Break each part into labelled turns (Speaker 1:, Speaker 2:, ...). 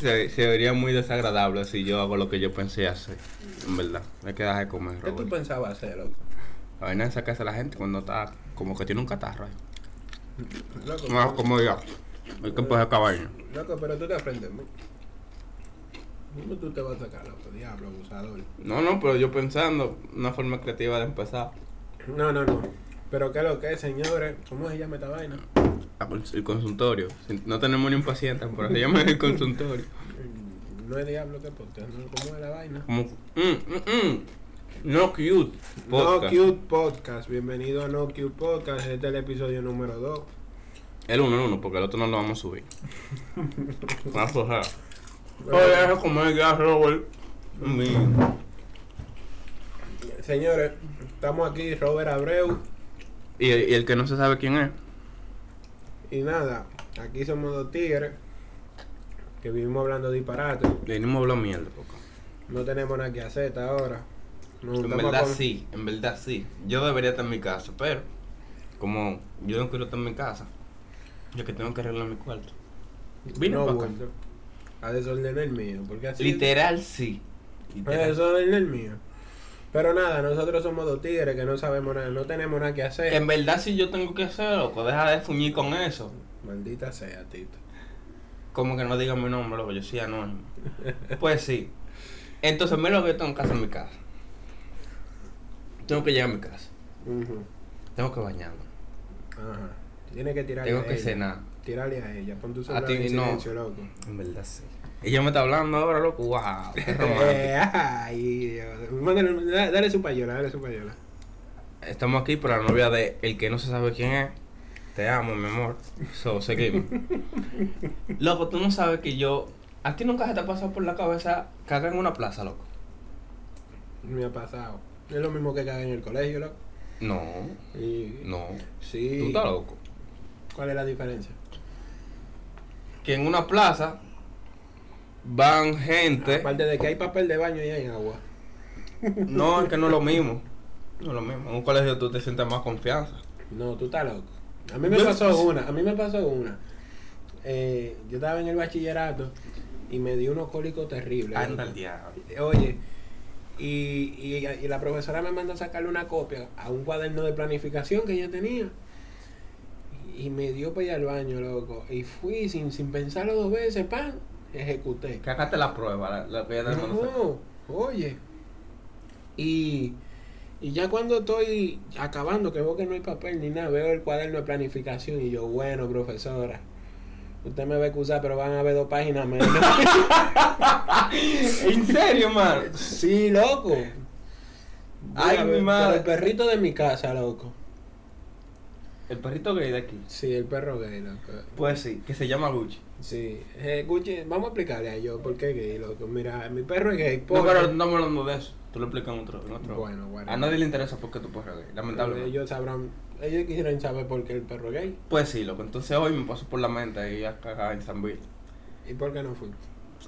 Speaker 1: se vería muy desagradable si yo hago lo que yo pensé hacer. En verdad. Hay que dejar de comer,
Speaker 2: ¿Qué tú
Speaker 1: Robert.
Speaker 2: pensabas hacer, loco?
Speaker 1: La vaina esa que hace la gente cuando está como que tiene un catarro. ahí.
Speaker 2: Loco,
Speaker 1: No, como diga. Hay que empezar a caballo.
Speaker 2: loco, pero tú te ofrendes mí. ¿Cómo tú te vas a sacar, loco? Diablo, abusador.
Speaker 1: No, no, pero yo pensando una forma creativa de empezar.
Speaker 2: No, no, no. Pero qué lo que es, señores. ¿Cómo se llama esta vaina?
Speaker 1: Ah, pues, El consultorio. Si No tenemos ni un paciente, por eso llaman el consultorio.
Speaker 2: No es diablo que podcast, ¿no? ¿Cómo es la vaina?
Speaker 1: Como, mm, mm, mm. No cute. Podcast.
Speaker 2: No Cute Podcast. Bienvenido a No Cute Podcast. Este es el episodio número 2.
Speaker 1: El uno, el uno, porque el otro no lo vamos a subir. Vamos a aflojar. Oye, eso comer ya, Robert. Mi-
Speaker 2: Señores, estamos aquí, Robert Abreu.
Speaker 1: Y, y el que no se sabe quién es.
Speaker 2: Y nada, aquí somos dos tigres que vivimos hablando disparate.
Speaker 1: Venimos a hablar mierda, poco.
Speaker 2: No tenemos nada que hacer hasta ahora. Nos
Speaker 1: En
Speaker 2: juntamos
Speaker 1: verdad
Speaker 2: con-
Speaker 1: sí, en verdad sí. Yo debería estar en mi casa, pero como yo no quiero estar en mi casa, yo que tengo que arreglar mi cuarto. Vine
Speaker 2: no,
Speaker 1: pa' acá.
Speaker 2: vuelto. A desordenar el mío. Porque así.
Speaker 1: Literal sí.
Speaker 2: A
Speaker 1: Literal.
Speaker 2: desordenar el mío. Pero nada, nosotros somos dos tigres que no sabemos nada, no tenemos nada que hacer.
Speaker 1: En verdad sí yo tengo que hacer, loco. Deja de fuñir con eso.
Speaker 2: Maldita sea, Tito.
Speaker 1: Como que no diga mi nombre, loco. Yo soy anónimo. Pues sí. Entonces, mira lo que yo tengo que hacer en mi casa. Tengo que llegar a mi casa.
Speaker 2: Ujú.
Speaker 1: Tengo que bañarme.
Speaker 2: Ajá. Tienes que tirarle
Speaker 1: Tengo
Speaker 2: a
Speaker 1: que
Speaker 2: ella.
Speaker 1: cenar.
Speaker 2: Tirarle a ella. Pon tu celular
Speaker 1: ti
Speaker 2: en
Speaker 1: no.
Speaker 2: silencio, loco.
Speaker 1: En verdad sí. Ella me está hablando ahora, loco. Wow. Qué romántico.
Speaker 2: Eh, ay, Dios. Mándale- da- dale su payola, dale su payola.
Speaker 1: Estamos aquí para la novia de el que no se sabe quién es. Te amo, mi amor. So, seguimos. loco, tú no sabes que yo. A ti nunca se te ha pasado por la cabeza cagar en una plaza, loco.
Speaker 2: Me ha pasado. Es lo mismo que caga en el colegio, loco.
Speaker 1: No,
Speaker 2: Y-
Speaker 1: no. Tú
Speaker 2: Sí.
Speaker 1: estás loco.
Speaker 2: ¿Cuál es la diferencia?
Speaker 1: Que en una plaza van gente.
Speaker 2: Aparte de que hay papel de baño y hay agua.
Speaker 1: No, es que no es lo mismo. No es lo mismo. En un colegio tú te sientes más confianza.
Speaker 2: No, tú estás loco. A mí me
Speaker 1: Yo-
Speaker 2: pasó una, a mí me pasó una. Eh, yo estaba en el bachillerato y me dio unos cólicos terribles.
Speaker 1: Anda
Speaker 2: loco.
Speaker 1: el diablo.
Speaker 2: Oye, y, y- y la profesora me mandó a sacarle una copia a un cuaderno de planificación que yo tenía. Y me dio para ir al baño, loco. Y fui sin, sin pensarlo dos veces, pan, ejecuté.
Speaker 1: Cagaste la prueba, la, la que ya te mandó a hacer.
Speaker 2: No, oye. Y, y ya cuando estoy acabando, que veo que no hay papel ni nada, veo el cuaderno de planificación y yo, bueno, profesora, usted me va a excusar, pero van a ver dos páginas menos.
Speaker 1: En serio, man.
Speaker 2: sí, loco.
Speaker 1: Ay,
Speaker 2: Mira,
Speaker 1: mi
Speaker 2: pero
Speaker 1: madre.
Speaker 2: El perrito de mi casa, loco.
Speaker 1: El perrito gay de aquí.
Speaker 2: Sí, el perro gay, loco.
Speaker 1: Pues sí, que se llama Gucci.
Speaker 2: Sí, Eh, Gucci, vamos a explicarle a yo por qué es gay, loco. Mira, mi perro es gay.
Speaker 1: No,
Speaker 2: porque-
Speaker 1: pero no estamos hablando de eso. Tú lo explicas en otro. en otro.
Speaker 2: Bueno, bueno.
Speaker 1: A nadie le interesa por qué tu perro es gay,
Speaker 2: Pero
Speaker 1: lamentablemente.
Speaker 2: Ellos sabrán, ellos quisieran saber por qué el perro es gay.
Speaker 1: Pues sí, loco. Entonces hoy me pasó por la mente ir a cagar en San Bill.
Speaker 2: ¿Y por qué no fuiste?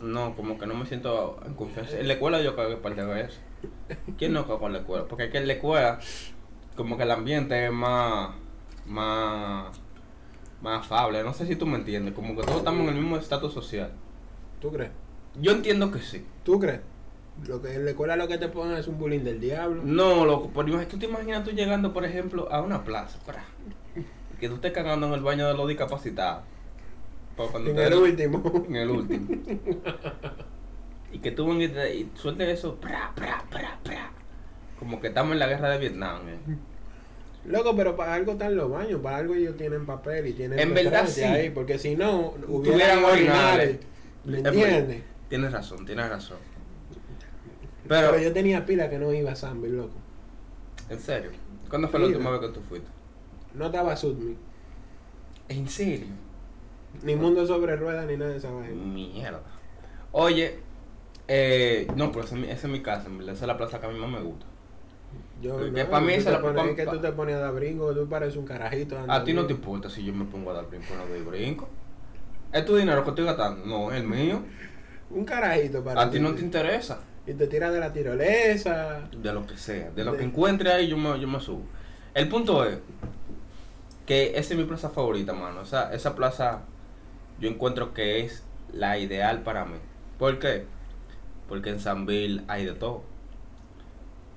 Speaker 1: No, como que no me siento en confianza. En la escuela yo cagué un par de veces. ¿Quién no cagó en la escuela? Porque aquí en la escuela, como que el ambiente es más. más. más afable. No sé si tú me entiendes. Como que todos estamos en el mismo estatus social.
Speaker 2: ¿Tú crees?
Speaker 1: Yo entiendo que sí.
Speaker 2: ¿Tú crees? Lo que en la escuela lo que te pongan es un bullying del diablo.
Speaker 1: No, loco, pero imag- tú te imaginas tú llegando, por ejemplo, a una plaza, pra, que tú estés cagando en el baño de los discapacitados. pa' cuando
Speaker 2: En
Speaker 1: te-
Speaker 2: el último.
Speaker 1: en el último. y que tú vengas y te- y sueltes eso, pra, pra, pra, pra. Como que estamos en la guerra de Vietnam. eh.
Speaker 2: Loco, pero para algo están los baños, para algo ellos tienen papel y tienen
Speaker 1: En verdad,
Speaker 2: retrante
Speaker 1: sí.
Speaker 2: ahí, porque si no,
Speaker 1: Tuvieran
Speaker 2: hubieran
Speaker 1: ordinales.
Speaker 2: originales. ¿Me entiendes?
Speaker 1: Tienes razón, tienes razón.
Speaker 2: Pero,
Speaker 1: Pero,
Speaker 2: yo tenía pila que no iba a Zambi, loco.
Speaker 1: en serio, ¿cuándo fue la
Speaker 2: Mira.
Speaker 1: última vez que tú fuiste?
Speaker 2: No estaba Sudmi,
Speaker 1: ¿En serio?
Speaker 2: ni mundo sobre ruedas, ni nada de esa vaina.
Speaker 1: Mierda. Oye, eh, no, pero esa es mi- esa es mi casa, en verdad. Esa es la plaza que a mí más me gusta.
Speaker 2: Yo,
Speaker 1: Pero que pa' mí
Speaker 2: tú
Speaker 1: esa
Speaker 2: te
Speaker 1: la-
Speaker 2: pones-
Speaker 1: pa-
Speaker 2: es que
Speaker 1: pa-
Speaker 2: tú te pones a dar brinco, tú pareces un carajito.
Speaker 1: A ti no te
Speaker 2: andando.
Speaker 1: importa si yo me pongo a dar brinco o no doy brinco. Es tu dinero que estoy gastando. No, es el mío.
Speaker 2: Un carajito para
Speaker 1: A ti no te interesa.
Speaker 2: Y te tiras de la tirolesa.
Speaker 1: De lo que sea. De lo
Speaker 2: De-
Speaker 1: que encuentre ahí yo me, yo me subo. El punto es que esa es mi plaza favorita, mano. Esa, esa plaza yo encuentro que es la ideal para mí. ¿Por qué? Porque en Sanville hay de todo.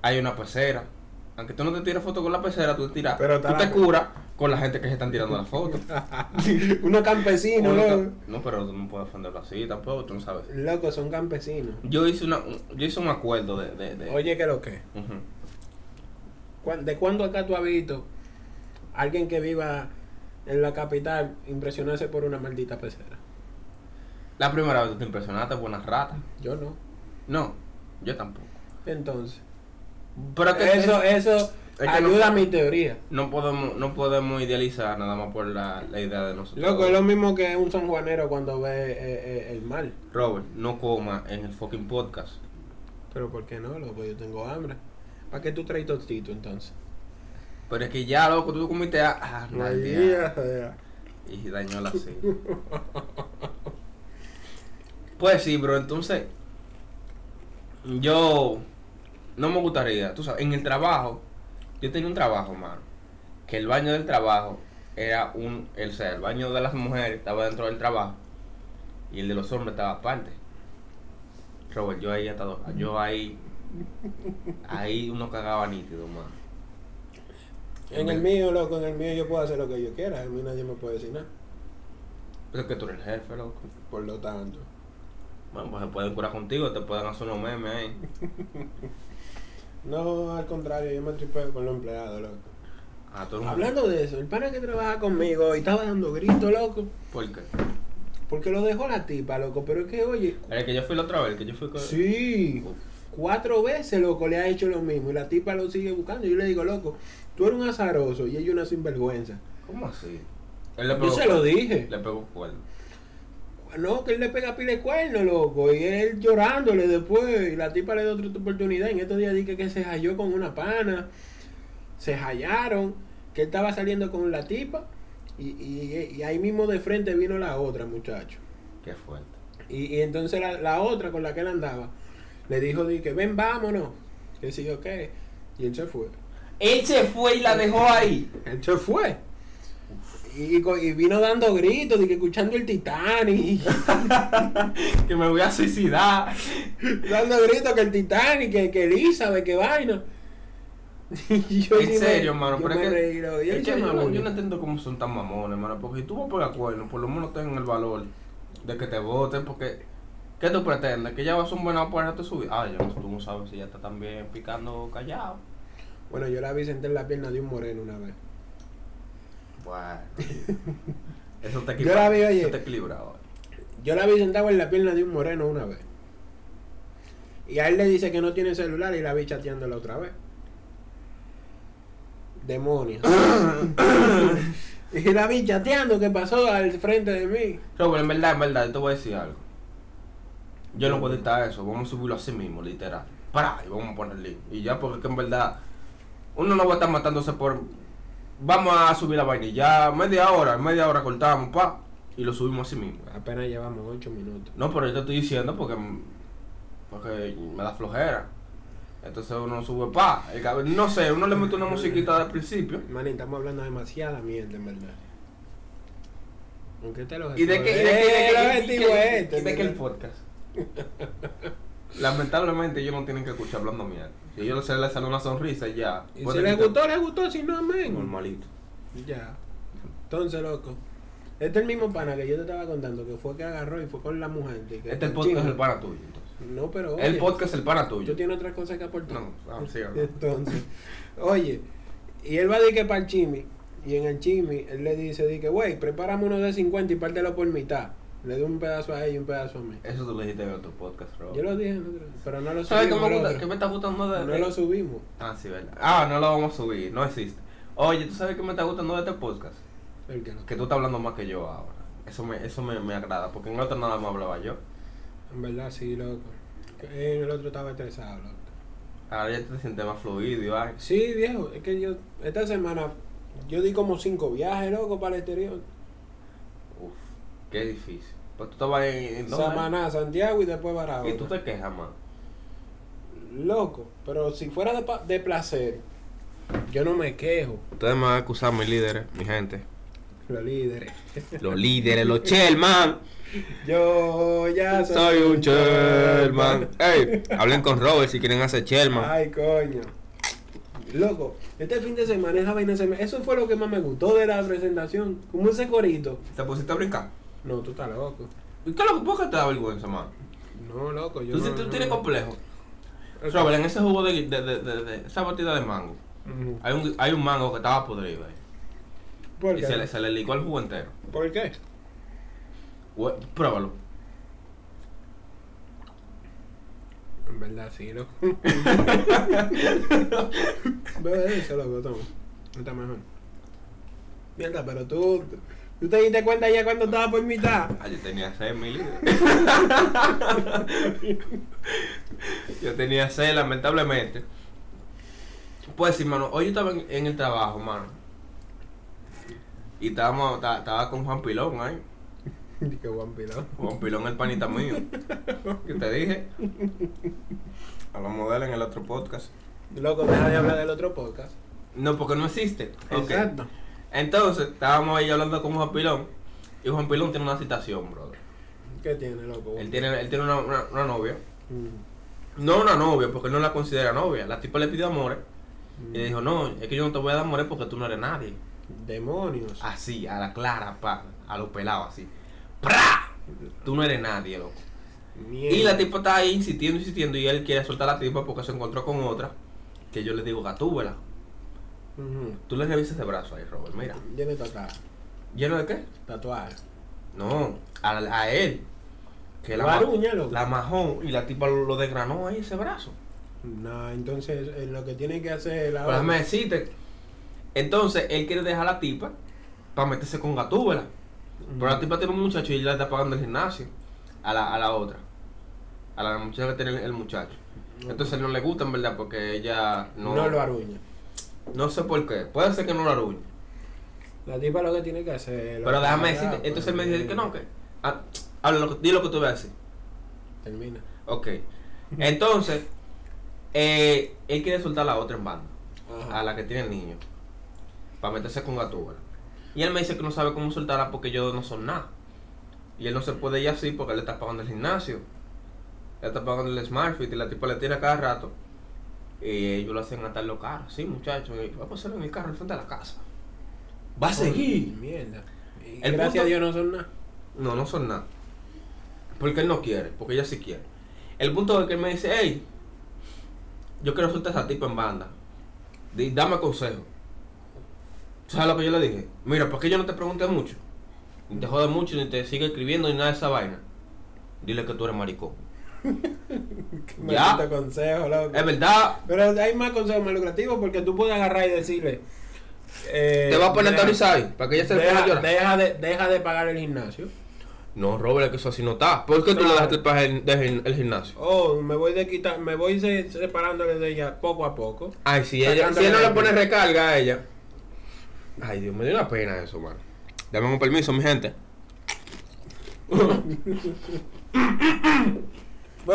Speaker 1: Hay una pecera. Aunque tú no te tires foto con la pecera, tú, te tiras,
Speaker 2: Pero
Speaker 1: tú
Speaker 2: está
Speaker 1: te
Speaker 2: la-
Speaker 1: curas con la gente que se están tirando las fotos.
Speaker 2: Unos campesinos, loco.
Speaker 1: Única- No, pero tú no puedes ofenderlo así tampoco, tú no sabes.
Speaker 2: Loco, son campesinos.
Speaker 1: Yo hice, una, un- yo hice un acuerdo de... de, de-
Speaker 2: Oye, ¿qué lo que?
Speaker 1: Ujú.
Speaker 2: ¿Cuán- ¿De cuándo acá tú has visto alguien que viva en la capital impresionarse por una maldita pecera?
Speaker 1: La primera vez tú te impresionaste por unas ratas.
Speaker 2: Yo no.
Speaker 1: No, yo tampoco.
Speaker 2: Entonces,
Speaker 1: Pero que
Speaker 2: eso, eso
Speaker 1: que no-
Speaker 2: ayuda a mi teoría.
Speaker 1: no podemos no podemos idealizar nada más por la, la idea de nosotros.
Speaker 2: Loco, es lo mismo que un sanjuanero cuando ve eh, eh, el mal.
Speaker 1: Robert, no coma en el fucking podcast.
Speaker 2: Pero ¿por qué no, loco? Yo tengo hambre. ¿Para qué tú traes tostito entonces?
Speaker 1: Pero es que ya, loco, tú comiste a... ah, Nadia. y dañó la silla. pues sí, bro, entonces yo no me gustaría, tú sabes, en el trabajo, yo tenía un trabajo, mano, que el baño del trabajo era un, el, o sea, el baño de las mujeres estaba dentro del trabajo y el de los hombres estaba aparte. Robert, yo ahí atado, yo ahí, ahí uno cagaba nítido, mano.
Speaker 2: En el mío, loco, en el mío yo puedo hacer lo que yo quiera. A mí nadie me puede decir nada.
Speaker 1: Pero es que tú eres el jefe, loco.
Speaker 2: Por lo tanto.
Speaker 1: Bueno, pues se pueden curar contigo, te pueden hacer unos memes ahí.
Speaker 2: No, al contrario, yo me tripeo con los empleados, loco.
Speaker 1: Ah, tú eres un-
Speaker 2: Hablando de eso, el pana que trabaja conmigo y estaba dando grito, loco.
Speaker 1: ¿Por qué?
Speaker 2: Porque lo dejó la tipa, loco. Pero es que, oye,
Speaker 1: El que yo fui la otra vez, el que yo fui con...
Speaker 2: sí,
Speaker 1: Uf,
Speaker 2: cuatro veces, loco, le ha hecho lo mismo. Y la tipa lo sigue buscando. Y yo le digo, loco, tú eres un azaroso y ella una sinvergüenza.
Speaker 1: ¿Cómo así? Él le
Speaker 2: Yo se lo dije.
Speaker 1: Le pegó cuerno.
Speaker 2: No, que él le pega pile cuerno, loco. Y él llorándole después. Y la tipa le dio otra oportunidad. En estos días dije que se halló con una pana. Se hallaron. Que él estaba saliendo con la tipa. Y, y- y ahí mismo de frente vino la otra, muchacho.
Speaker 1: Qué fuerte.
Speaker 2: Y, y entonces la, la otra con la que él andaba le dijo, di que ven, vámonos. Que sí, ok. Y él se fue.
Speaker 1: Él se fue y la dejó ahí.
Speaker 2: Él se fue. Y, co- y vino dando gritos, di que escuchando el Titanic.
Speaker 1: que me voy a suicidar.
Speaker 2: dando gritos que el Titanic, que, que Elizabeth, que vaina. Y yo sí
Speaker 1: en
Speaker 2: me-
Speaker 1: serio, hermano.
Speaker 2: yo
Speaker 1: Pero
Speaker 2: me
Speaker 1: es
Speaker 2: reí,
Speaker 1: que,
Speaker 2: loco. Y
Speaker 1: es
Speaker 2: él
Speaker 1: que
Speaker 2: se
Speaker 1: yo, no,
Speaker 2: mamó.
Speaker 1: yo no entiendo cómo son tan mamones, hermano. Porque si tú vas a pegar cuerno, por lo menos tengan el valor de que te voten. Porque, ¿qué tú pretendes? Que ya vas a un buen para tu subir. Ah, yo no, tú no sabes si ya está también picando callado.
Speaker 2: Bueno, yo la vi sentar la pierna de un moreno una vez.
Speaker 1: Bueno. Eso te
Speaker 2: Yo la vi,
Speaker 1: equilibra.
Speaker 2: oye.
Speaker 1: Eso te equilibra ahora.
Speaker 2: Yo la vi sentada en la pierna de un moreno una vez. Y a él le dice que no tiene celular y la vi chateándola otra vez. Demonios. y la vi chateando que pasó al frente de mí.
Speaker 1: Robert, en verdad, en verdad, yo te voy a decir algo. Yo no puedo editar eso, vamos a subirlo así mismo, literal. Para, y vamos a ponerle. Y ya, porque es que en verdad, uno no va a estar matándose por. Vamos a subir la vaina y ya, media hora, en media hora cortamos, pa, y lo subimos así mismo.
Speaker 2: Apenas llevamos ocho minutos.
Speaker 1: No, pero yo te estoy diciendo porque. Porque me da flojera. Entonces uno sube, pa. el cab- no sé, uno le mete una musiquita al principio.
Speaker 2: Manín, estamos hablando demasiada mierda, en verdad. Aunque te lo
Speaker 1: ¿Y de qué? ¿Y de qué?
Speaker 2: Eh, el
Speaker 1: ¿Y de qué? ¿Y de
Speaker 2: objetivo
Speaker 1: qué?
Speaker 2: es
Speaker 1: ¿Y de
Speaker 2: este,
Speaker 1: qué el
Speaker 2: ¿verdad?
Speaker 1: podcast? Lamentablemente ellos no tienen que escuchar hablando mierda. Si ellos se les sale una sonrisa y ya.
Speaker 2: Y si
Speaker 1: pueden
Speaker 2: le
Speaker 1: quitar-
Speaker 2: gustó, le gustó, si no, amén.
Speaker 1: Normalito.
Speaker 2: Ya. Entonces, loco. Este es el mismo pana que yo te estaba contando, que fue que agarró y fue con la mujer. y que-
Speaker 1: Este el
Speaker 2: con
Speaker 1: podcast es
Speaker 2: chingo.
Speaker 1: el pana tuyo. entonces.
Speaker 2: No, pero oye,
Speaker 1: El podcast es el pana
Speaker 2: Yo
Speaker 1: tuyo.
Speaker 2: tiene otra cosa que aportar.
Speaker 1: No, ah, sí, no.
Speaker 2: Entonces, oye, y él va a decir que para el chimi, y en el chimi, él le dice, di que, güey, prepárame uno de 50 y pártelo por mitad. Le doy un pedazo a ella y un pedazo a mí.
Speaker 1: Eso tú lo dijiste en otro podcast, Rob.
Speaker 2: Yo lo dije, en otro- pero no lo subimos.
Speaker 1: ¿Sabes qué me
Speaker 2: loco.
Speaker 1: gusta? ¿Qué me está gustando de.?
Speaker 2: No lo subimos.
Speaker 1: Ah, sí, verdad. Ah, no lo vamos a subir, no existe. Oye, ¿tú sabes qué me está gustando de este podcast?
Speaker 2: El que no.
Speaker 1: Que tú estás hablando más que yo ahora. Eso me, eso me, me agrada, porque en otro nada más hablaba yo.
Speaker 2: En verdad, sí, loco. Eh, El otro estaba estresado, loco.
Speaker 1: Ahora ya te sientes más fluido y vaina.
Speaker 2: Sí, viejo, es que yo, esta semana, yo di como cinco viajes, loco, para el exterior.
Speaker 1: Uf, qué difícil. Pues tú estabas en, en dónde?
Speaker 2: Samaná, Santiago y después Barahona.
Speaker 1: Y tú te quejas, man.
Speaker 2: Loco, pero si fuera de, pa- de placer, yo no me quejo.
Speaker 1: Ustedes me van a acusar, mis líderes, mi gente.
Speaker 2: Los líderes.
Speaker 1: Los líderes, los Chelman.
Speaker 2: Yo ya soy,
Speaker 1: Soy un Chelman. Ey, hablen con Robert si quieren hacer Chelman.
Speaker 2: Ay, coño. Loco, este fin de semana esa vaina se me... Eso fue lo que más me gustó de la presentación. Como ese corito.
Speaker 1: ¿Te pusiste a brincar?
Speaker 2: No, tú estás loco.
Speaker 1: ¿Y qué lo ¿Por qué te da vergüenza, man?
Speaker 2: No, loco, yo
Speaker 1: Tú,
Speaker 2: no,
Speaker 1: tú
Speaker 2: no-
Speaker 1: tienes complejo.
Speaker 2: Ok.
Speaker 1: Robert, en ese jugo de, de, de, de- de- esa batida de mango,
Speaker 2: Ujú.
Speaker 1: hay un, hay un mango que estaba podrido ahí.
Speaker 2: ¿Por
Speaker 1: Y
Speaker 2: qué?
Speaker 1: se le, se le licuó el jugo entero.
Speaker 2: ¿Por qué?
Speaker 1: Hue- Pruébalo.
Speaker 2: En verdad, sí, loco. Bebe eso, loco, toma. No está mejor. Mierda, pero tú... ¿Tú te diste cuenta ya cuando estaba por mitad?
Speaker 1: Ah, yo tenía sed, mi líder. yo tenía sed, lamentablemente. Pues sí, mano, hoy yo estaba en, en el trabajo, mano. Y estábamos, ta- estaba con Juan Pilón ahí.
Speaker 2: Qué buen piloto.
Speaker 1: Juan Pilón, el panita mío. Que te dije. A los modelos en el otro podcast.
Speaker 2: Loco, deja de hablar del otro podcast.
Speaker 1: No, porque no existe. Ok.
Speaker 2: Exacto.
Speaker 1: Entonces, estábamos ahí hablando con Juan Pilón. Y Juan Pilón tiene una citación, brother.
Speaker 2: ¿Qué tiene, loco?
Speaker 1: Él tiene, él tiene una- una- una novia.
Speaker 2: Mm.
Speaker 1: No una novia, porque él no la considera novia. La tipa le pidió amores
Speaker 2: Mm.
Speaker 1: y le dijo, no, es que yo no te voy a dar amores porque tú no eres nadie.
Speaker 2: Demonios.
Speaker 1: Así, a la clara, pa, a lo pelado, así. ¡Pra! Tú no eres nadie, loco.
Speaker 2: Mierda.
Speaker 1: Y la tipa está ahí insistiendo, insistiendo, y él quiere soltar a la tipa porque se encontró con otra, que yo le digo, gatúbela.
Speaker 2: Ujú.
Speaker 1: Tú le revisas ese brazo ahí, Robert, mira.
Speaker 2: Tiene tatuaje.
Speaker 1: ¿Lleno de qué?
Speaker 2: Tatuaje.
Speaker 1: No, a, a él. Que la,
Speaker 2: Baruña,
Speaker 1: ma-
Speaker 2: loco.
Speaker 1: la majó y la tipa lo, lo desgranó ahí ese brazo.
Speaker 2: No, entonces eh, lo que tiene que hacer la
Speaker 1: Pero Pues déjame decirte. Entonces, él quiere dejar a la tipa para meterse con Gatúbela. Pero la tipa tiene un muchacho y ella le está pagando el gimnasio a la, a la otra. A la muchacha que tiene el, el muchacho. Entonces no le gusta, en verdad, porque ella no...
Speaker 2: no, lo aruña.
Speaker 1: No sé por qué. Puede ser que no lo aruñe.
Speaker 2: La tipa lo que tiene que hacer.
Speaker 1: Pero
Speaker 2: lo que
Speaker 1: déjame
Speaker 2: haga,
Speaker 1: decirte.
Speaker 2: pues,
Speaker 1: Entonces él me dice
Speaker 2: eh,
Speaker 1: que no, que... ah, habla lo que- di lo que tú vas a decir.
Speaker 2: Termina.
Speaker 1: Ok. Entonces, eh, él quiere soltar a la otra en banda.
Speaker 2: Ajá.
Speaker 1: a la que tiene el niño para meterse con Gatúbela. Y él me dice que no sabe cómo soltarla porque yo no son nada. Y él no se puede ir así porque él le está pagando el gimnasio. Le está pagando el smartphone y la tipa le tira cada rato. Y ellos lo hacen atar los carros, sí, muchachos. y Vamos a hacerlo en el carro, al frente de la casa. Va a seguir.
Speaker 2: Mierda. Y
Speaker 1: Ah, El
Speaker 2: gracias
Speaker 1: punto-
Speaker 2: a Dios no son nada.
Speaker 1: No, no son nada. Porque él no quiere, porque ella sí quiere. El punto es que él me dice, hey, yo quiero soltar a esa tipa en banda. Di- dame consejo. ¿Sabes lo que yo le dije? Mira, ¿por qué yo no te pregunté mucho? Ni te jode mucho, ni te sigue escribiendo, ni nada de esa vaina. Dile que tú eres maricón.
Speaker 2: Qué
Speaker 1: Ya.
Speaker 2: maldito consejo, loco.
Speaker 1: Es verdad,
Speaker 2: Pero hay más consejos más lucrativos porque tú puedes agarrar y decirle. eh,
Speaker 1: te va a poner
Speaker 2: deja-
Speaker 1: autorizado para que ella se le ponga a
Speaker 2: deja,
Speaker 1: llorar.
Speaker 2: deja de, deja de pagar el gimnasio.
Speaker 1: No, Robert, es que eso así no está. ¿Por qué tú le
Speaker 2: Claro.
Speaker 1: dejaste el paje en- de- en el gimnasio?
Speaker 2: Oh, me voy de quitar, me voy se- separándole de ella poco a poco.
Speaker 1: Ay, si, ella, si
Speaker 2: Sacándole
Speaker 1: él no
Speaker 2: la
Speaker 1: le pone
Speaker 2: pena.
Speaker 1: recarga a ella. Ay, Dios, me dio una pena eso, mano. Dame un permiso, mi gente.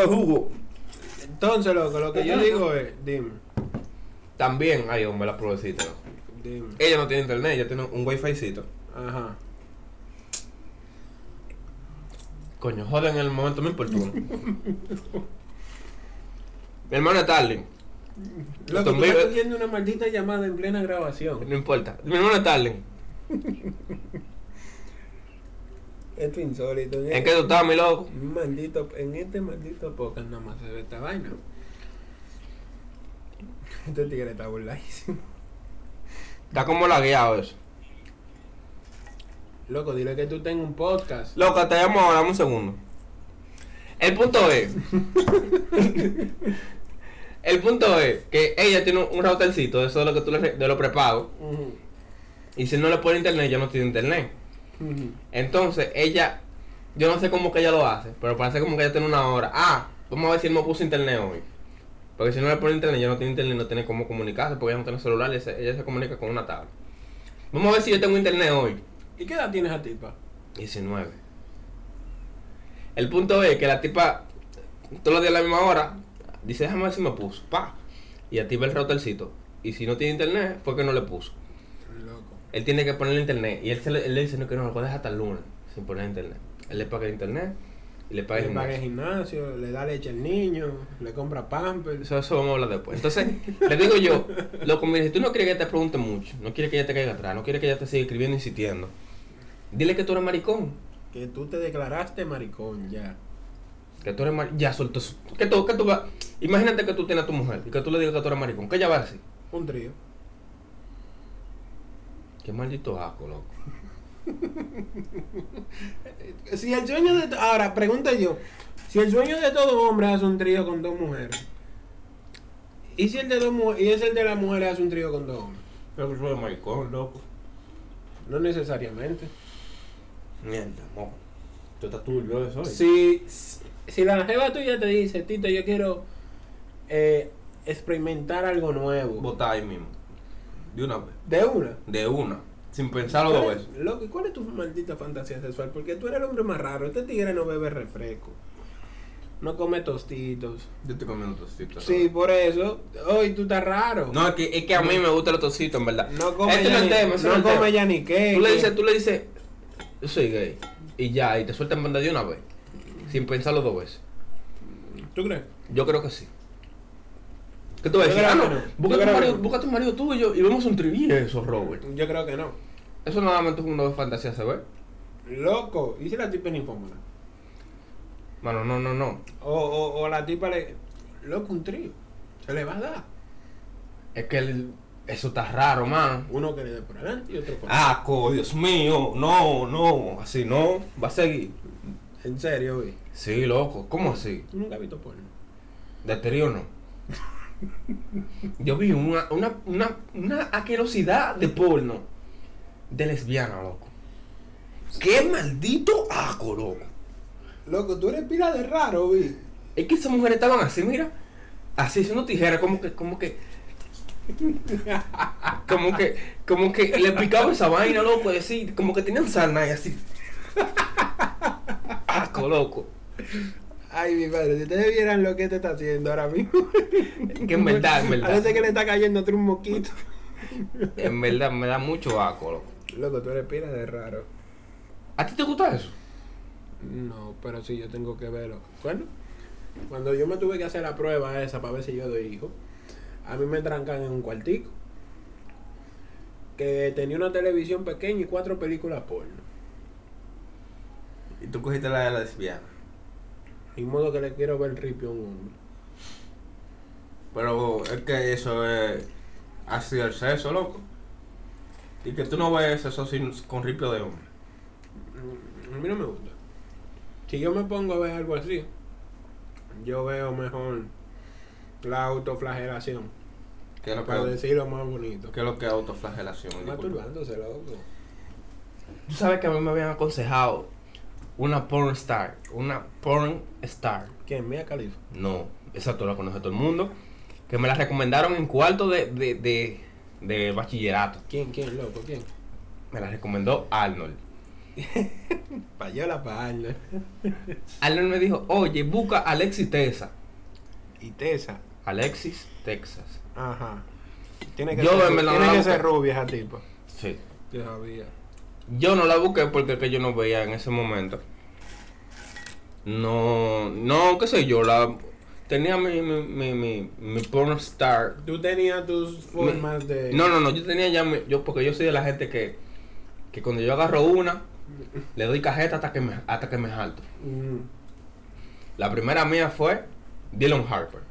Speaker 1: Hugo.
Speaker 2: Entonces, loco, lo que yo digo es, dime,
Speaker 1: También, ay, hombre, la provecita. loco.
Speaker 2: dime.
Speaker 1: Ella no tiene internet, ella tiene un wificito.
Speaker 2: Ajá.
Speaker 1: Coño, joden en el momento me importuno. mi hermana Tarling,
Speaker 2: Loco,
Speaker 1: Esto
Speaker 2: tú
Speaker 1: me-
Speaker 2: estás cogiendo una maldita llamada en plena grabación.
Speaker 1: no importa. Mi hermana Tarling,
Speaker 2: Esto es insólito.
Speaker 1: ¿en qué tú estás, mi loco?
Speaker 2: Maldito, en este maldito podcast nada más se ve esta vaina. Este tigre está burladísimo.
Speaker 1: Está como lagueado eso.
Speaker 2: Loco, dile que tú tengas un podcast.
Speaker 1: Loca, te llamo ahora, dame un segundo. El punto es. el punto es que ella tiene un routercito de eso de lo que tú le re- de lo prepago.
Speaker 2: Ujú,
Speaker 1: Y si no le pone internet, ya no tiene internet.
Speaker 2: ujú.
Speaker 1: Entonces, ella. Yo no sé cómo que ella lo hace, pero parece como que ella tiene una hora. Ah, vamos a ver si él me puso internet hoy. Porque si no le pone internet, ya no tiene internet, no tiene cómo comunicarse, porque ella no tiene celular, ella se, ella se comunica con una tablet. Vamos a ver si yo tengo internet hoy.
Speaker 2: ¿Y qué edad tienes a tipa?
Speaker 1: 19. El punto es que la tipa, todos los días a la misma hora, dice, déjame ver si me puso. Pa. Y activa el routercito. Y si no tiene internet, fue que no le puso.
Speaker 2: Loco.
Speaker 1: Él tiene que ponerle internet. Y él, se le, él le dice, no, que no, lo dejar hasta el lunes sin poner internet. Él le paga el internet y le paga el
Speaker 2: le paga
Speaker 1: internet.
Speaker 2: el gimnasio, le da leche al niño, le compra pampers.
Speaker 1: Eso, eso vamos a hablar después. Entonces, le digo yo, loco, mira, si tú no quieres que te pregunte mucho, no quieres que ella te caiga atrás, no quieres que ella te siga escribiendo e insistiendo, dile que tú eres maricón.
Speaker 2: Que tú te declaraste maricón ya.
Speaker 1: Que tú eres maricón. Ya suelto eso. Que tú, que tú vas. Imagínate que tú tienes a tu mujer y que tú le digas que tú eres maricón. Que ella va a decir?
Speaker 2: Un trío.
Speaker 1: Qué maldito asco, loco.
Speaker 2: Si el sueño de... to- Ahora, pregunta yo. Si el sueño de todo hombre hace un trío con dos mujeres. ¿Y si el de, dos mu- y es el de las mujeres hace un trío con dos hombres?
Speaker 3: Pero eso es maricón, loco.
Speaker 2: No necesariamente.
Speaker 1: Mierda, moco.
Speaker 3: Tú estás turbio de eso. ¿eh?
Speaker 2: Si, si la jeva tuya te dice, Tito, yo quiero eh, experimentar algo nuevo.
Speaker 3: Botá ahí mismo. De una vez.
Speaker 2: De una.
Speaker 3: De una. Sin pensarlo dos
Speaker 2: ¿Cuál es-
Speaker 3: veces.
Speaker 1: pues.
Speaker 2: Loco, ¿y ¿cuál es tu maldita fantasía sexual? Porque tú eres el hombre más raro. Este tigre no bebe refresco. No come tostitos.
Speaker 3: Yo estoy comiendo tostito.
Speaker 2: Sí, por eso. Hoy tú estás raro.
Speaker 1: No, es que, es que a mí me gusta el tocito, en verdad.
Speaker 2: No come
Speaker 1: Este no
Speaker 2: ya
Speaker 1: es
Speaker 2: ni,
Speaker 1: tema, ese no
Speaker 2: no
Speaker 1: es tema.
Speaker 2: come ya ni qué.
Speaker 1: Tú le
Speaker 2: que-
Speaker 1: dices, tú le dices, yo soy gay. Y ya, y te sueltan banda de una vez. Sin pensarlo dos veces.
Speaker 2: ¿Tú crees?
Speaker 1: Yo creo que sí. ¿Qué tú vas a
Speaker 2: Yo
Speaker 1: decir?
Speaker 2: creo
Speaker 1: Ah,
Speaker 2: que
Speaker 1: no.
Speaker 2: no.
Speaker 1: Busca
Speaker 2: Yo
Speaker 1: tu,
Speaker 2: creo
Speaker 1: marido,
Speaker 2: que no.
Speaker 1: busca tu marido tuyo y vemos un trivillo eso, Robert.
Speaker 2: Yo creo que no.
Speaker 1: Eso nada más es una fantasía, ¿sabes?
Speaker 2: Loco, ¿y si la tipa es ninfómana?
Speaker 1: Mano, no, no, no.
Speaker 2: O, o, o la tipa le. Loco, un trío. Se le va a dar.
Speaker 1: Es que el- eso está raro, mano.
Speaker 2: Uno que le dé por adelante y otro por
Speaker 1: Ah.
Speaker 2: atrás.
Speaker 1: Asco, Dios mío. No, no. Así no. Va a seguir.
Speaker 2: En serio, güey.
Speaker 1: Sí, loco. ¿Cómo así?
Speaker 2: Tú nunca has visto porno.
Speaker 1: De trío no. Yo vi una, una, una, una asquerosidad de porno. De lesbiana, loco. Qué maldito asco, loco.
Speaker 2: Loco, tú eres pila de raro, güey.
Speaker 1: Es que esas mujeres estaban así, mira. Así haciendo tijeras, como que, como que. Como que, como que le picaba esa vaina, loco, y así, como que tenían sarna y así. Asco, loco.
Speaker 2: Ay, mi padre, si ustedes vieran lo que este está haciendo ahora mismo.
Speaker 1: Que en verdad, en
Speaker 2: Parece
Speaker 1: verdad.
Speaker 2: que le está cayendo otro un moquito.
Speaker 1: En verdad, me da mucho asco, loco.
Speaker 2: Loco, tú eres pila de raro.
Speaker 1: ¿A ti te gusta eso?
Speaker 2: No, pero sí, yo tengo que verlo. Bueno, cuando yo me tuve que hacer la prueba esa para ver si yo doy hijo, a mí me trancan en un cuartico que tenía una televisión pequeña y cuatro películas porno.
Speaker 3: Y tú cogiste la de la lesbiana.
Speaker 2: Y modo que le quiero ver ripio a un hombre.
Speaker 3: Pero es que eso es así el sexo, loco. Y que tú no ves eso sin, con ripio de hombre.
Speaker 2: Mm, A mí no me gusta. Si yo me pongo a ver algo así, yo veo mejor la autoflagelación.
Speaker 3: Que es lo
Speaker 2: Para
Speaker 3: que,
Speaker 2: decirlo más bonito.
Speaker 3: que, es lo que es autoflagelación. disculpa.
Speaker 2: Masturbándose, loco.
Speaker 1: Tú sabes que a mí me habían aconsejado una porn star, una porn star.
Speaker 2: ¿Quién? Mía Califa.
Speaker 1: No, esa tú la conoce todo el mundo. Que me la recomendaron en cuarto de, de, de, de bachillerato.
Speaker 2: ¿Quién? ¿Quién, loco? ¿Quién?
Speaker 1: Me la recomendó Arnold.
Speaker 2: Payola para Arnold.
Speaker 1: Arnold me dijo, oye, busca Alexis Texas.
Speaker 2: Y Tessa.
Speaker 1: Alexis Texas.
Speaker 2: Ajá. Tiene que,
Speaker 1: Yo
Speaker 2: ser,
Speaker 1: me la
Speaker 2: tiene que
Speaker 1: banco.
Speaker 2: ser rubia esa tipo.
Speaker 1: Sí.
Speaker 2: Yo sabía.
Speaker 1: Yo no la busqué porque es que yo no veía en ese momento. No, no, qué sé yo, la tenía mi, mi, mi, mi, mi porn star
Speaker 2: Tú tenías tus formas de.
Speaker 1: No, no, no, yo tenía ya, mi- yo porque yo soy de la gente que, que cuando yo agarro una, le doy cajeta hasta que me, hasta que me jalto.
Speaker 2: Mm.
Speaker 1: La primera mía fue Dylan Harper.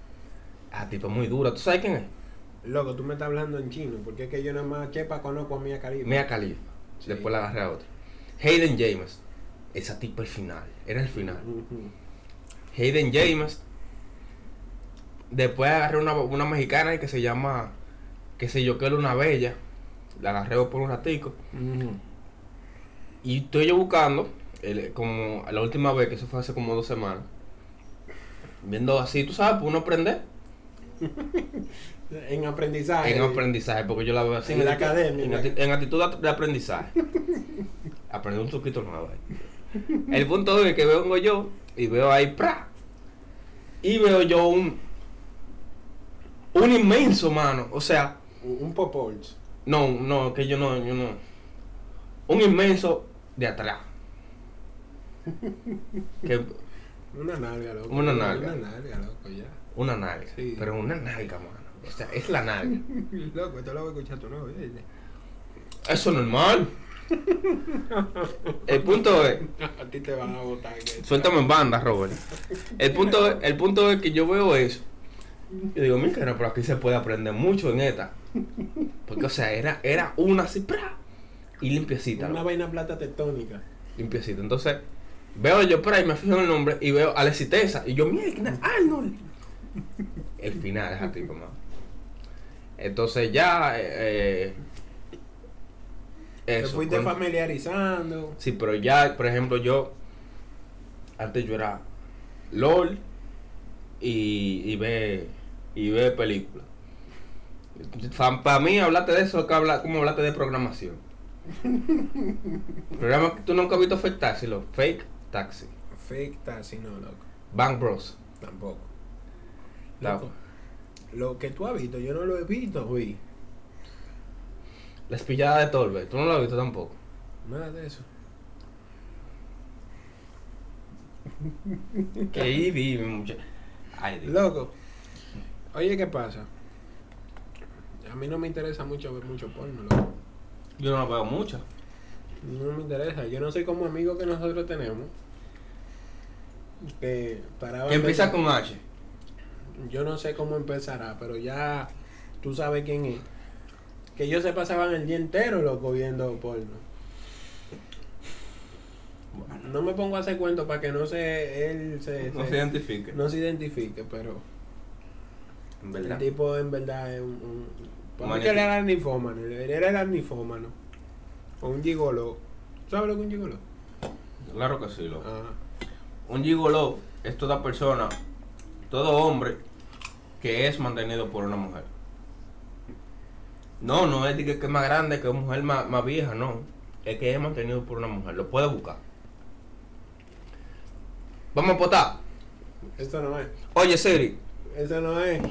Speaker 1: Ah, tipo muy dura, ¿tú sabes quién es?
Speaker 2: Loco, tú me estás hablando en chino. Porque es que yo nada más chepa conozco a Mía Califa.
Speaker 1: Mia Khalifa.
Speaker 2: Sí.
Speaker 1: Después la agarré a otra. Hayden James. Esa tipa el final, era el final.
Speaker 2: Ujú.
Speaker 1: Hayden James. Después agarré una, una mexicana que se llama, qué sé yo, que era una bella. La agarré por un ratico.
Speaker 2: Ujú.
Speaker 1: Y estoy yo buscando, el- como la última vez, que eso fue hace como dos semanas, viendo así, tú sabes, pues uno aprende
Speaker 2: En aprendizaje.
Speaker 1: en aprendizaje, porque yo la veo así
Speaker 2: En la
Speaker 1: acti-
Speaker 2: academia,
Speaker 1: en,
Speaker 2: en la-
Speaker 1: acti- en actitud de aprendizaje. Aprendí un truquito nuevo ahí. El punto es que vengo yo y veo ahí, ¡pra! Y veo yo un. Un inmenso, mano. O sea,
Speaker 2: Un un popols.
Speaker 1: no, no, que yo no, yo no. un inmenso de atrás. Que,
Speaker 2: Una nalga, loco.
Speaker 1: Una nalga.
Speaker 2: Una nalga, loco, ya.
Speaker 1: una nalga.
Speaker 2: Sí.
Speaker 1: Pero una nalga, mano. O sea, es la nalga.
Speaker 2: Loco, esto lo voy a escuchar tu novio. ¿viste?
Speaker 1: Eso es normal. El punto es.
Speaker 2: A ti te van a botar. que-
Speaker 1: Suéltame en banda, Robert. El punto, es- el punto es que yo veo eso. Y digo, mira, pero aquí se puede aprender mucho en esta. Porque, o sea, era, era una así, ¡pra! y limpiecita.
Speaker 2: Una
Speaker 1: ¿no?
Speaker 2: vaina plata tectónica.
Speaker 1: Limpiecita. Entonces, veo yo por ahí, me fijo en el nombre y veo a la exitesa. Y yo, mira, Arnold. El final es así, como. Entonces ya. eh, eh,
Speaker 2: Te
Speaker 1: eso,
Speaker 2: fuiste
Speaker 1: con-
Speaker 2: familiarizando.
Speaker 1: Sí, pero ya, por ejemplo, yo. Antes yo era LOL y, y ve y ve películas. Para mí, hablarte de eso es que habla, como hablarte de programación. Programa que tú nunca has visto Fake Taxi, lo Fake Taxi.
Speaker 2: Fake taxi, no, loco.
Speaker 1: Bang Bros.
Speaker 2: Tampoco.
Speaker 1: La-
Speaker 2: Loco. Lo que tú has visto, yo no lo he visto, güey.
Speaker 1: La espillada de Tolbert. Tú no lo has visto tampoco.
Speaker 2: Nada de eso.
Speaker 1: Que ahí vi, mucha- Ay, Dios.
Speaker 2: Loco. Oye, ¿qué pasa? A mí no me interesa mucho ver mucho porno, loco.
Speaker 1: Yo no lo veo mucho.
Speaker 2: No me interesa. Yo no soy como amigo que nosotros tenemos. Que para
Speaker 1: Que empieza con H.
Speaker 2: Yo no sé cómo empezará, pero ya tú sabes quién es. Que ellos se pasaban el día entero, loco, viendo porno. No me pongo a hacer cuento para que no se él se,
Speaker 4: No
Speaker 2: se-
Speaker 4: se identifique.
Speaker 2: no se identifique, pero
Speaker 1: En
Speaker 2: el
Speaker 1: verdad.
Speaker 2: tipo en verdad es un... un para mí
Speaker 1: Maniquí.
Speaker 2: que él era anifómano, él era el anifómano. O un gigolo. ¿Sabes lo que es un gigolo?
Speaker 4: Claro que sí, loco.
Speaker 2: Ah,
Speaker 4: Un gigoló es toda persona, todo hombre que es mantenido por una mujer. No, no es de que que es más grande, que es mujer más, más vieja, no. Es que es mantenido por una mujer. Lo puede buscar. Vamos a votar.
Speaker 2: eso no es.
Speaker 1: Oye, Siri.
Speaker 2: Eso no es.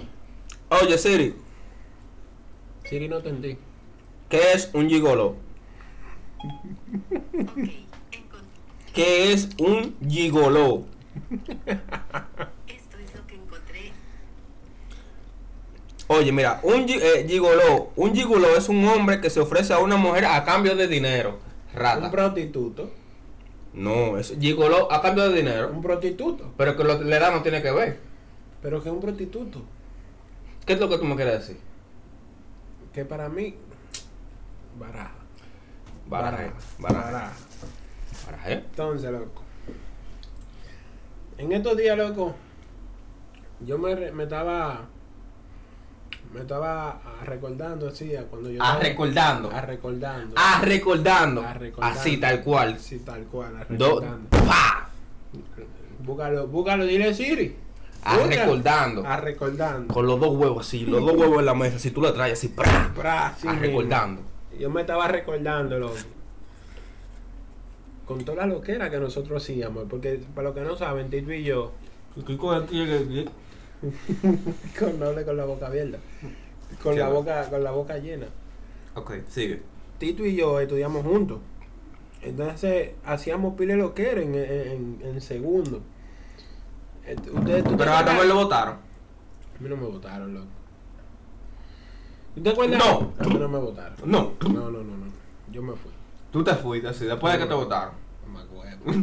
Speaker 1: Oye, Siri.
Speaker 2: Siri no te entendí.
Speaker 1: ¿Qué es un gigolo?
Speaker 5: Ok, encon-
Speaker 1: ¿Qué es un gigolo?
Speaker 5: esto es lo que encontré.
Speaker 1: Oye, mira, un gi- eh, gigoló, un gigoló es un hombre que se ofrece a una mujer a cambio de dinero.
Speaker 2: Un
Speaker 1: Rata.
Speaker 2: prostituto.
Speaker 1: No, es gigoló a cambio de dinero.
Speaker 2: Un prostituto.
Speaker 1: Pero que lo- la edad no tiene que ver.
Speaker 2: Pero que un prostituto.
Speaker 1: ¿Qué es lo que tú me quieres decir?
Speaker 2: que para mí baraja
Speaker 1: Baraje. Baraje.
Speaker 2: baraja
Speaker 1: Baraje.
Speaker 2: entonces loco en estos días loco yo me, re- me estaba me estaba ah, recordando así a cuando yo
Speaker 1: A Ah,
Speaker 2: estaba-
Speaker 1: recordando. Ah.
Speaker 2: a recordando
Speaker 1: A recordando.
Speaker 2: A recordando.
Speaker 1: Así, tal cual.
Speaker 2: sí tal cual a
Speaker 1: Do,
Speaker 2: recordando
Speaker 1: pa,
Speaker 2: búscalo búscalo dile Siri
Speaker 1: a
Speaker 2: Búscalo.
Speaker 1: recordando.
Speaker 2: a recordando
Speaker 1: Con los dos huevos así, los dos huevos en la mesa. Si tú la traes así, pra,
Speaker 2: Pra, sí
Speaker 1: a
Speaker 2: mismo.
Speaker 1: recordando.
Speaker 2: Yo me estaba recordando, loco. Con toda la loquera que nosotros hacíamos. Porque para los que no saben, Tito y yo. Con, no hable con la boca abierta. Con
Speaker 4: Sí,
Speaker 2: la
Speaker 4: no.
Speaker 2: boca, con la boca llena.
Speaker 4: Ok, sigue.
Speaker 2: Tito y yo estudiamos juntos. Entonces hacíamos pile loquera en, en, en- en segundo. Et- Ustedes, ¿tú te
Speaker 4: Pero a
Speaker 2: acuerdas?
Speaker 4: Ramón lo votaron.
Speaker 2: A mí no me votaron, loco. ¿Tú te acuerdas?
Speaker 4: No.
Speaker 2: A mí no me votaron.
Speaker 4: No,
Speaker 2: No, no, no, no. Yo me fui.
Speaker 4: tú te fuiste así, después de que te votaron.
Speaker 2: No me acuerdo.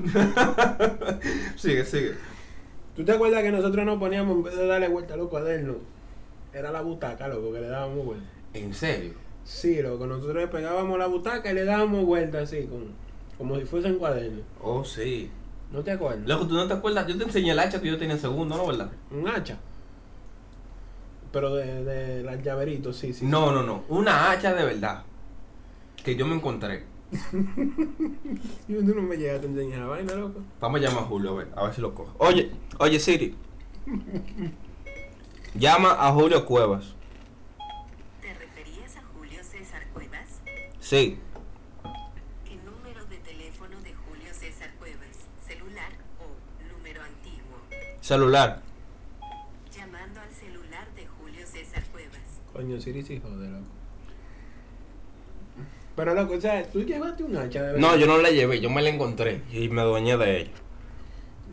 Speaker 4: Sigue, sigue.
Speaker 2: ¿Tú te acuerdas que nosotros nos poníamos en vez de darle vuelta a los cuadernos? Era la butaca, loco, que le dábamos vuelta.
Speaker 4: ¿En serio?
Speaker 2: Sí, loco, nosotros le pegábamos la butaca y le dábamos vuelta así, con, como si fuesen cuadernos.
Speaker 4: Oh, sí.
Speaker 2: ¿No te acuerdas?
Speaker 4: Loco, tú no te acuerdas, yo te enseñé el hacha que yo tenía en segundo, ¿no, verdad?
Speaker 2: Un hacha. Pero de, de las llaveritos, sí, sí.
Speaker 4: No, no, no. Una hacha de verdad. Que yo me encontré.
Speaker 2: sí. Tú no me llegaste a enseñar la vaina, loco.
Speaker 4: Vamos a llamar a Julio, a ver, a ver si lo cojo.
Speaker 1: Oye, oye Siri. Llama a Julio Cuevas.
Speaker 5: ¿Te referías a Julio César Cuevas?
Speaker 1: Sí.
Speaker 5: ¿Qué número de teléfono de Julio César Cuevas? ¿Celular o número antiguo?
Speaker 1: Celular.
Speaker 5: Llamando al celular de Julio César Cuevas.
Speaker 2: Coño, Siri sí, joder, loco. Pero loco, o sea, tú llevaste un hacha de verdad.
Speaker 1: No, yo no la llevé, yo me la encontré y me adueñé de ella.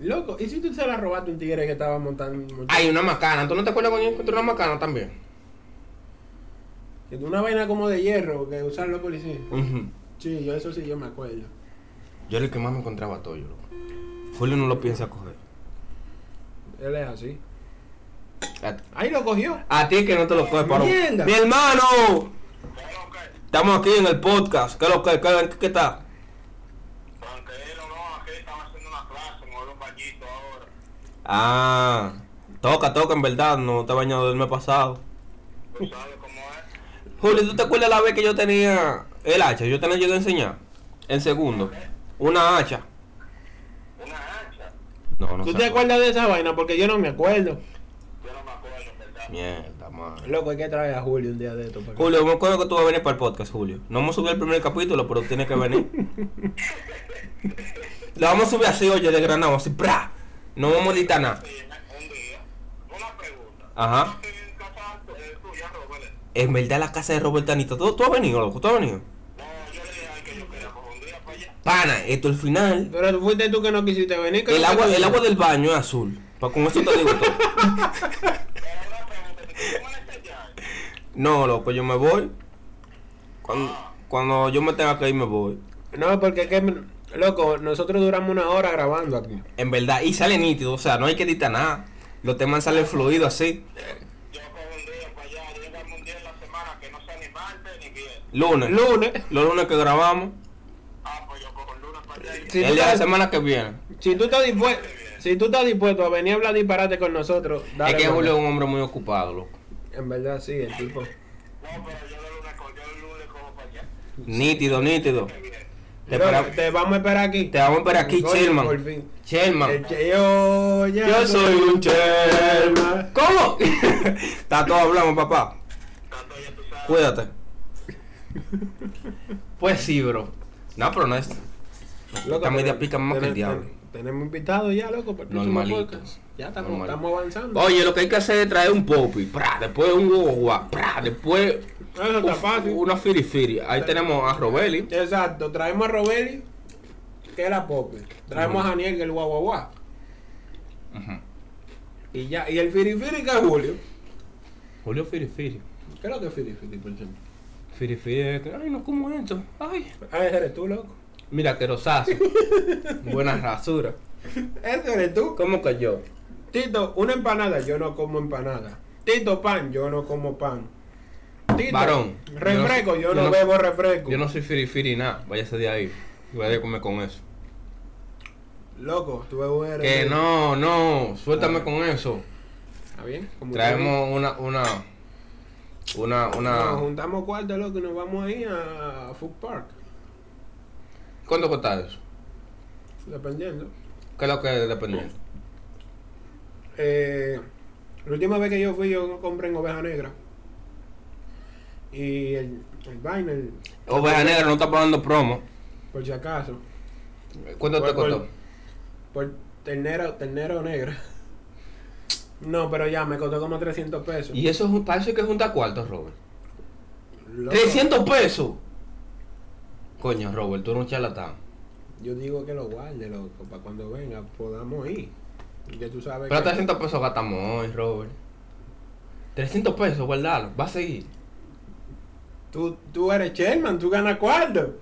Speaker 2: Loco, ¿y si tú se la robaste a un tigre que estaba montando? montando-
Speaker 1: Hay una macana, ¿tú no te acuerdas cuando yo encontré una macana también?
Speaker 2: Que Una vaina como de hierro que usan los policías.
Speaker 1: Ujú.
Speaker 2: Sí, yo eso sí, yo me acuerdo.
Speaker 1: Yo era el que más me encontraba todo, yo, loco. Julio no lo piensa coger.
Speaker 2: Él es así.
Speaker 1: A,
Speaker 2: Ahí lo cogió.
Speaker 1: a ti que no te lo coge, paro.
Speaker 2: Mierda.
Speaker 1: ¡Mi hermano! Estamos aquí en el podcast. ¿Qué es lo que? ¿Qué, qué, qué está?
Speaker 6: Tranquilo, no, aquí estamos haciendo una clase, me voy a un bañito ahora.
Speaker 1: Ah, toca, toca, en verdad. No te he bañado del mes pasado.
Speaker 6: Tú sabes cómo es.
Speaker 1: Julio, ¿tú te acuerdas la vez que yo tenía el hacha? Yo te la llegué a enseñar. En segundo. Una hacha.
Speaker 6: Una hacha.
Speaker 1: No, no
Speaker 2: ¿Tú
Speaker 1: se
Speaker 2: te
Speaker 1: acuerda.
Speaker 2: acuerdas de esa vaina? Porque yo no me acuerdo.
Speaker 6: Yo no me acuerdo, en ¿verdad?
Speaker 1: Mierda, madre.
Speaker 2: Loco, hay que traer a Julio un día de esto. para que-
Speaker 1: Julio, me acuerdo que tú vas a venir para el podcast, Julio. No hemos subido el primer capítulo, pero tienes que venir. Lo vamos a subir así, oye, de granado, así, ¡pra! No vamos a editar nada.
Speaker 6: Sí, un día. Una pregunta.
Speaker 1: Ajá.
Speaker 6: ¿Tú en casa eh, tuya, Robert?
Speaker 1: En verdad, la casa de Robert Tanito. ¿Tú, tú has venido, loco? ¿Tú has venido?
Speaker 6: No, yo le dije a él que yo quería coger un día para allá.
Speaker 1: Pana, esto es el final.
Speaker 2: Pero tú fuiste tú que no quisiste venir. que
Speaker 1: El
Speaker 2: no te
Speaker 1: agua, el
Speaker 2: quisiste.
Speaker 1: agua del baño es azul. Pa- con eso te digo todo.
Speaker 6: Pero una pregunta, si tú me estás allá,
Speaker 1: No, loco, yo me voy. Cuando, cuando yo me tenga que ir, me voy.
Speaker 2: No, porque es que, loco, nosotros duramos una hora grabando aquí.
Speaker 1: En verdad, y sale nítido, o sea, no hay que editar nada. Los temas salen fluidos así.
Speaker 6: yo cojo un día para allá, yo llegamos un día en la semana que no sea ni martes ni viernes.
Speaker 1: Lunes.
Speaker 2: Lunes.
Speaker 1: Los lunes que grabamos.
Speaker 6: Ah, pues yo cojo el lunes para allá.
Speaker 2: Sí.
Speaker 6: y-
Speaker 2: Si
Speaker 1: el
Speaker 2: tú
Speaker 1: día de la
Speaker 2: sabes-
Speaker 1: semana que viene.
Speaker 2: Si tú estás dispuesto, si tú estás dispuesto a venir a hablar disparate con nosotros, dale.
Speaker 1: es que
Speaker 2: mano.
Speaker 1: Julio es un hombre muy ocupado, loco.
Speaker 2: En verdad sí, el tipo.
Speaker 6: No, pero yo el lunes, cojo- yo el lunes cojo para allá.
Speaker 1: Nítido, nítido.
Speaker 6: Qué bien.
Speaker 1: Te,
Speaker 2: Loco,
Speaker 1: espera-
Speaker 2: te vamos a esperar aquí.
Speaker 1: te vamos a esperar aquí,
Speaker 2: Coño, por
Speaker 1: Sherman.
Speaker 2: fin. El
Speaker 1: Sherman.
Speaker 2: che- yo ya.
Speaker 1: Yo soy un Sherman. ¿Cómo? Está todo hablamos, papá.
Speaker 6: Tanto ya tú sabes.
Speaker 1: Cuídate. Pues sí, bro. No, pero no es. Esta media
Speaker 2: tenemos-
Speaker 1: pica más que el
Speaker 2: tenemos-
Speaker 1: diablo.
Speaker 2: Tenemos invitado ya, loco, pues, para el próximo
Speaker 1: Normalito.
Speaker 2: podcast. Ya estamos,
Speaker 1: Normalito.
Speaker 2: estamos avanzando.
Speaker 1: Oye, lo que hay que hacer es traer un popi, pra, después un guagua, pra, después
Speaker 2: Eso está fácil.
Speaker 1: una firifiri. Ahí tenemos a Robeli.
Speaker 2: Exacto, traemos a Robeli, que era Pope. Traemos a Janiel, que es el guaguaguá. Y ya, y el Firifiri, que es Julio.
Speaker 1: Julio firifiri.
Speaker 2: ¿Qué es lo que es Firifiri, por ejemplo?
Speaker 1: Firifiri es que, ay, no como esto. Ay,
Speaker 2: Ah, ese eres tú, loco.
Speaker 1: mira que rosazo. Buena rasura.
Speaker 2: Ese eres tú.
Speaker 1: ¿Cómo que yo?
Speaker 2: Tito, una empanada, yo no como empanada. Tito, pan, yo no como pan. Tito,
Speaker 1: Varón,
Speaker 2: refresco, yo,
Speaker 1: yo no-
Speaker 2: no,
Speaker 1: yo no-
Speaker 2: bebo refresco.
Speaker 1: Yo no soy firifiri nada. Váyase de ahí. Y Vaya a comer con eso.
Speaker 2: Loco, tú eres...
Speaker 1: Que Ah. no, no. Suéltame con eso.
Speaker 2: ¿Está bien? como
Speaker 1: Traemos una, una, una,
Speaker 2: tú dices. Nos
Speaker 1: una.
Speaker 2: juntamos cuarto, loco, y nos vamos ahí a Food Park,
Speaker 1: ¿Cuánto cuesta eso?
Speaker 2: dependiendo.
Speaker 1: ¿Qué es lo que depende?
Speaker 2: Eh, la última vez que yo fui, yo compré en Oveja Negra. Y el, el vaina, el-
Speaker 1: Oveja Negra no está pagando promo.
Speaker 2: por si acaso,
Speaker 1: ¿Cuánto te
Speaker 2: Por- por-
Speaker 1: costó?
Speaker 2: por ternero, ternero negra. No, pero ya, me costó como 300 pesos.
Speaker 1: Y eso es un- para eso hay que juntar cuartos, Robert.
Speaker 2: Loco,
Speaker 1: ¡300 pesos! Coño, Robert, tú eres un charlatán.
Speaker 2: Yo digo que lo guarde, loco, para cuando venga podamos ir. Y que tú sabes
Speaker 1: Pero
Speaker 2: que-
Speaker 1: 300 pesos gastamos hoy, Robert. 300 pesos, guardalo, va a seguir.
Speaker 2: tú, tú eres Sherman, tú ganas cuarto.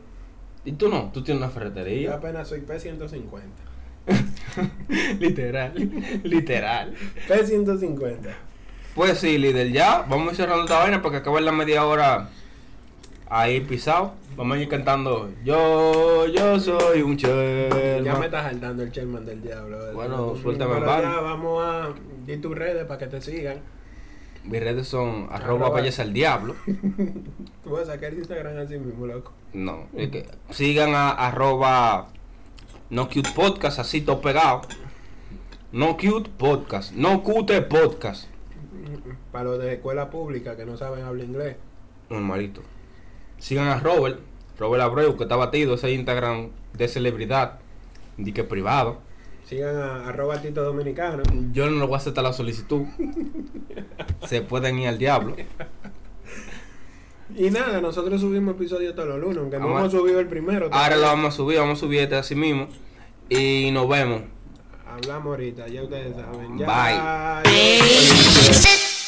Speaker 1: Y tú no, tú tienes una
Speaker 2: Yo
Speaker 1: ferretería.
Speaker 2: apenas soy P150.
Speaker 1: literal, literal.
Speaker 2: P150.
Speaker 1: Pues sí, líder, ya. Vamos a ir cerrando esta vaina porque acaba la media hora ahí pisado. Vamos a ir cantando. Yo, yo soy un
Speaker 2: Ya me
Speaker 1: Sherman.
Speaker 2: estás saltando el chairman del diablo. ¿verdad?
Speaker 1: Bueno, suéltame
Speaker 2: Pero
Speaker 1: el
Speaker 2: ya
Speaker 1: bar.
Speaker 2: vamos a di tus redes para que te sigan.
Speaker 1: Mis redes son arroba
Speaker 2: Arroba.
Speaker 1: belleza al diablo.
Speaker 2: Tú vas a sacar Instagram así mismo, loco.
Speaker 1: No, es que sigan a arroba no cute podcast, así todo pegado. No cute podcast, no cute podcast.
Speaker 2: Para los de escuela pública que no saben hablar inglés.
Speaker 1: Normalito. Sigan a Robert, Robert Abreu, que está batido, ese Instagram de celebridad, di que privado.
Speaker 2: Sigan a arroba Tito Dominicano.
Speaker 1: Yo no le voy a aceptar la solicitud. Se pueden ir al diablo.
Speaker 2: Y nada, nosotros subimos episodio todos los lunes, aunque no
Speaker 1: Vamos a-
Speaker 2: hemos subido el primero.
Speaker 1: Ahora lo
Speaker 2: todavía.
Speaker 1: vamos a subir, vamos a subir este así mismo. Y nos vemos.
Speaker 2: Hablamos ahorita, ya ustedes saben. Ya.
Speaker 1: Bye.
Speaker 2: ya.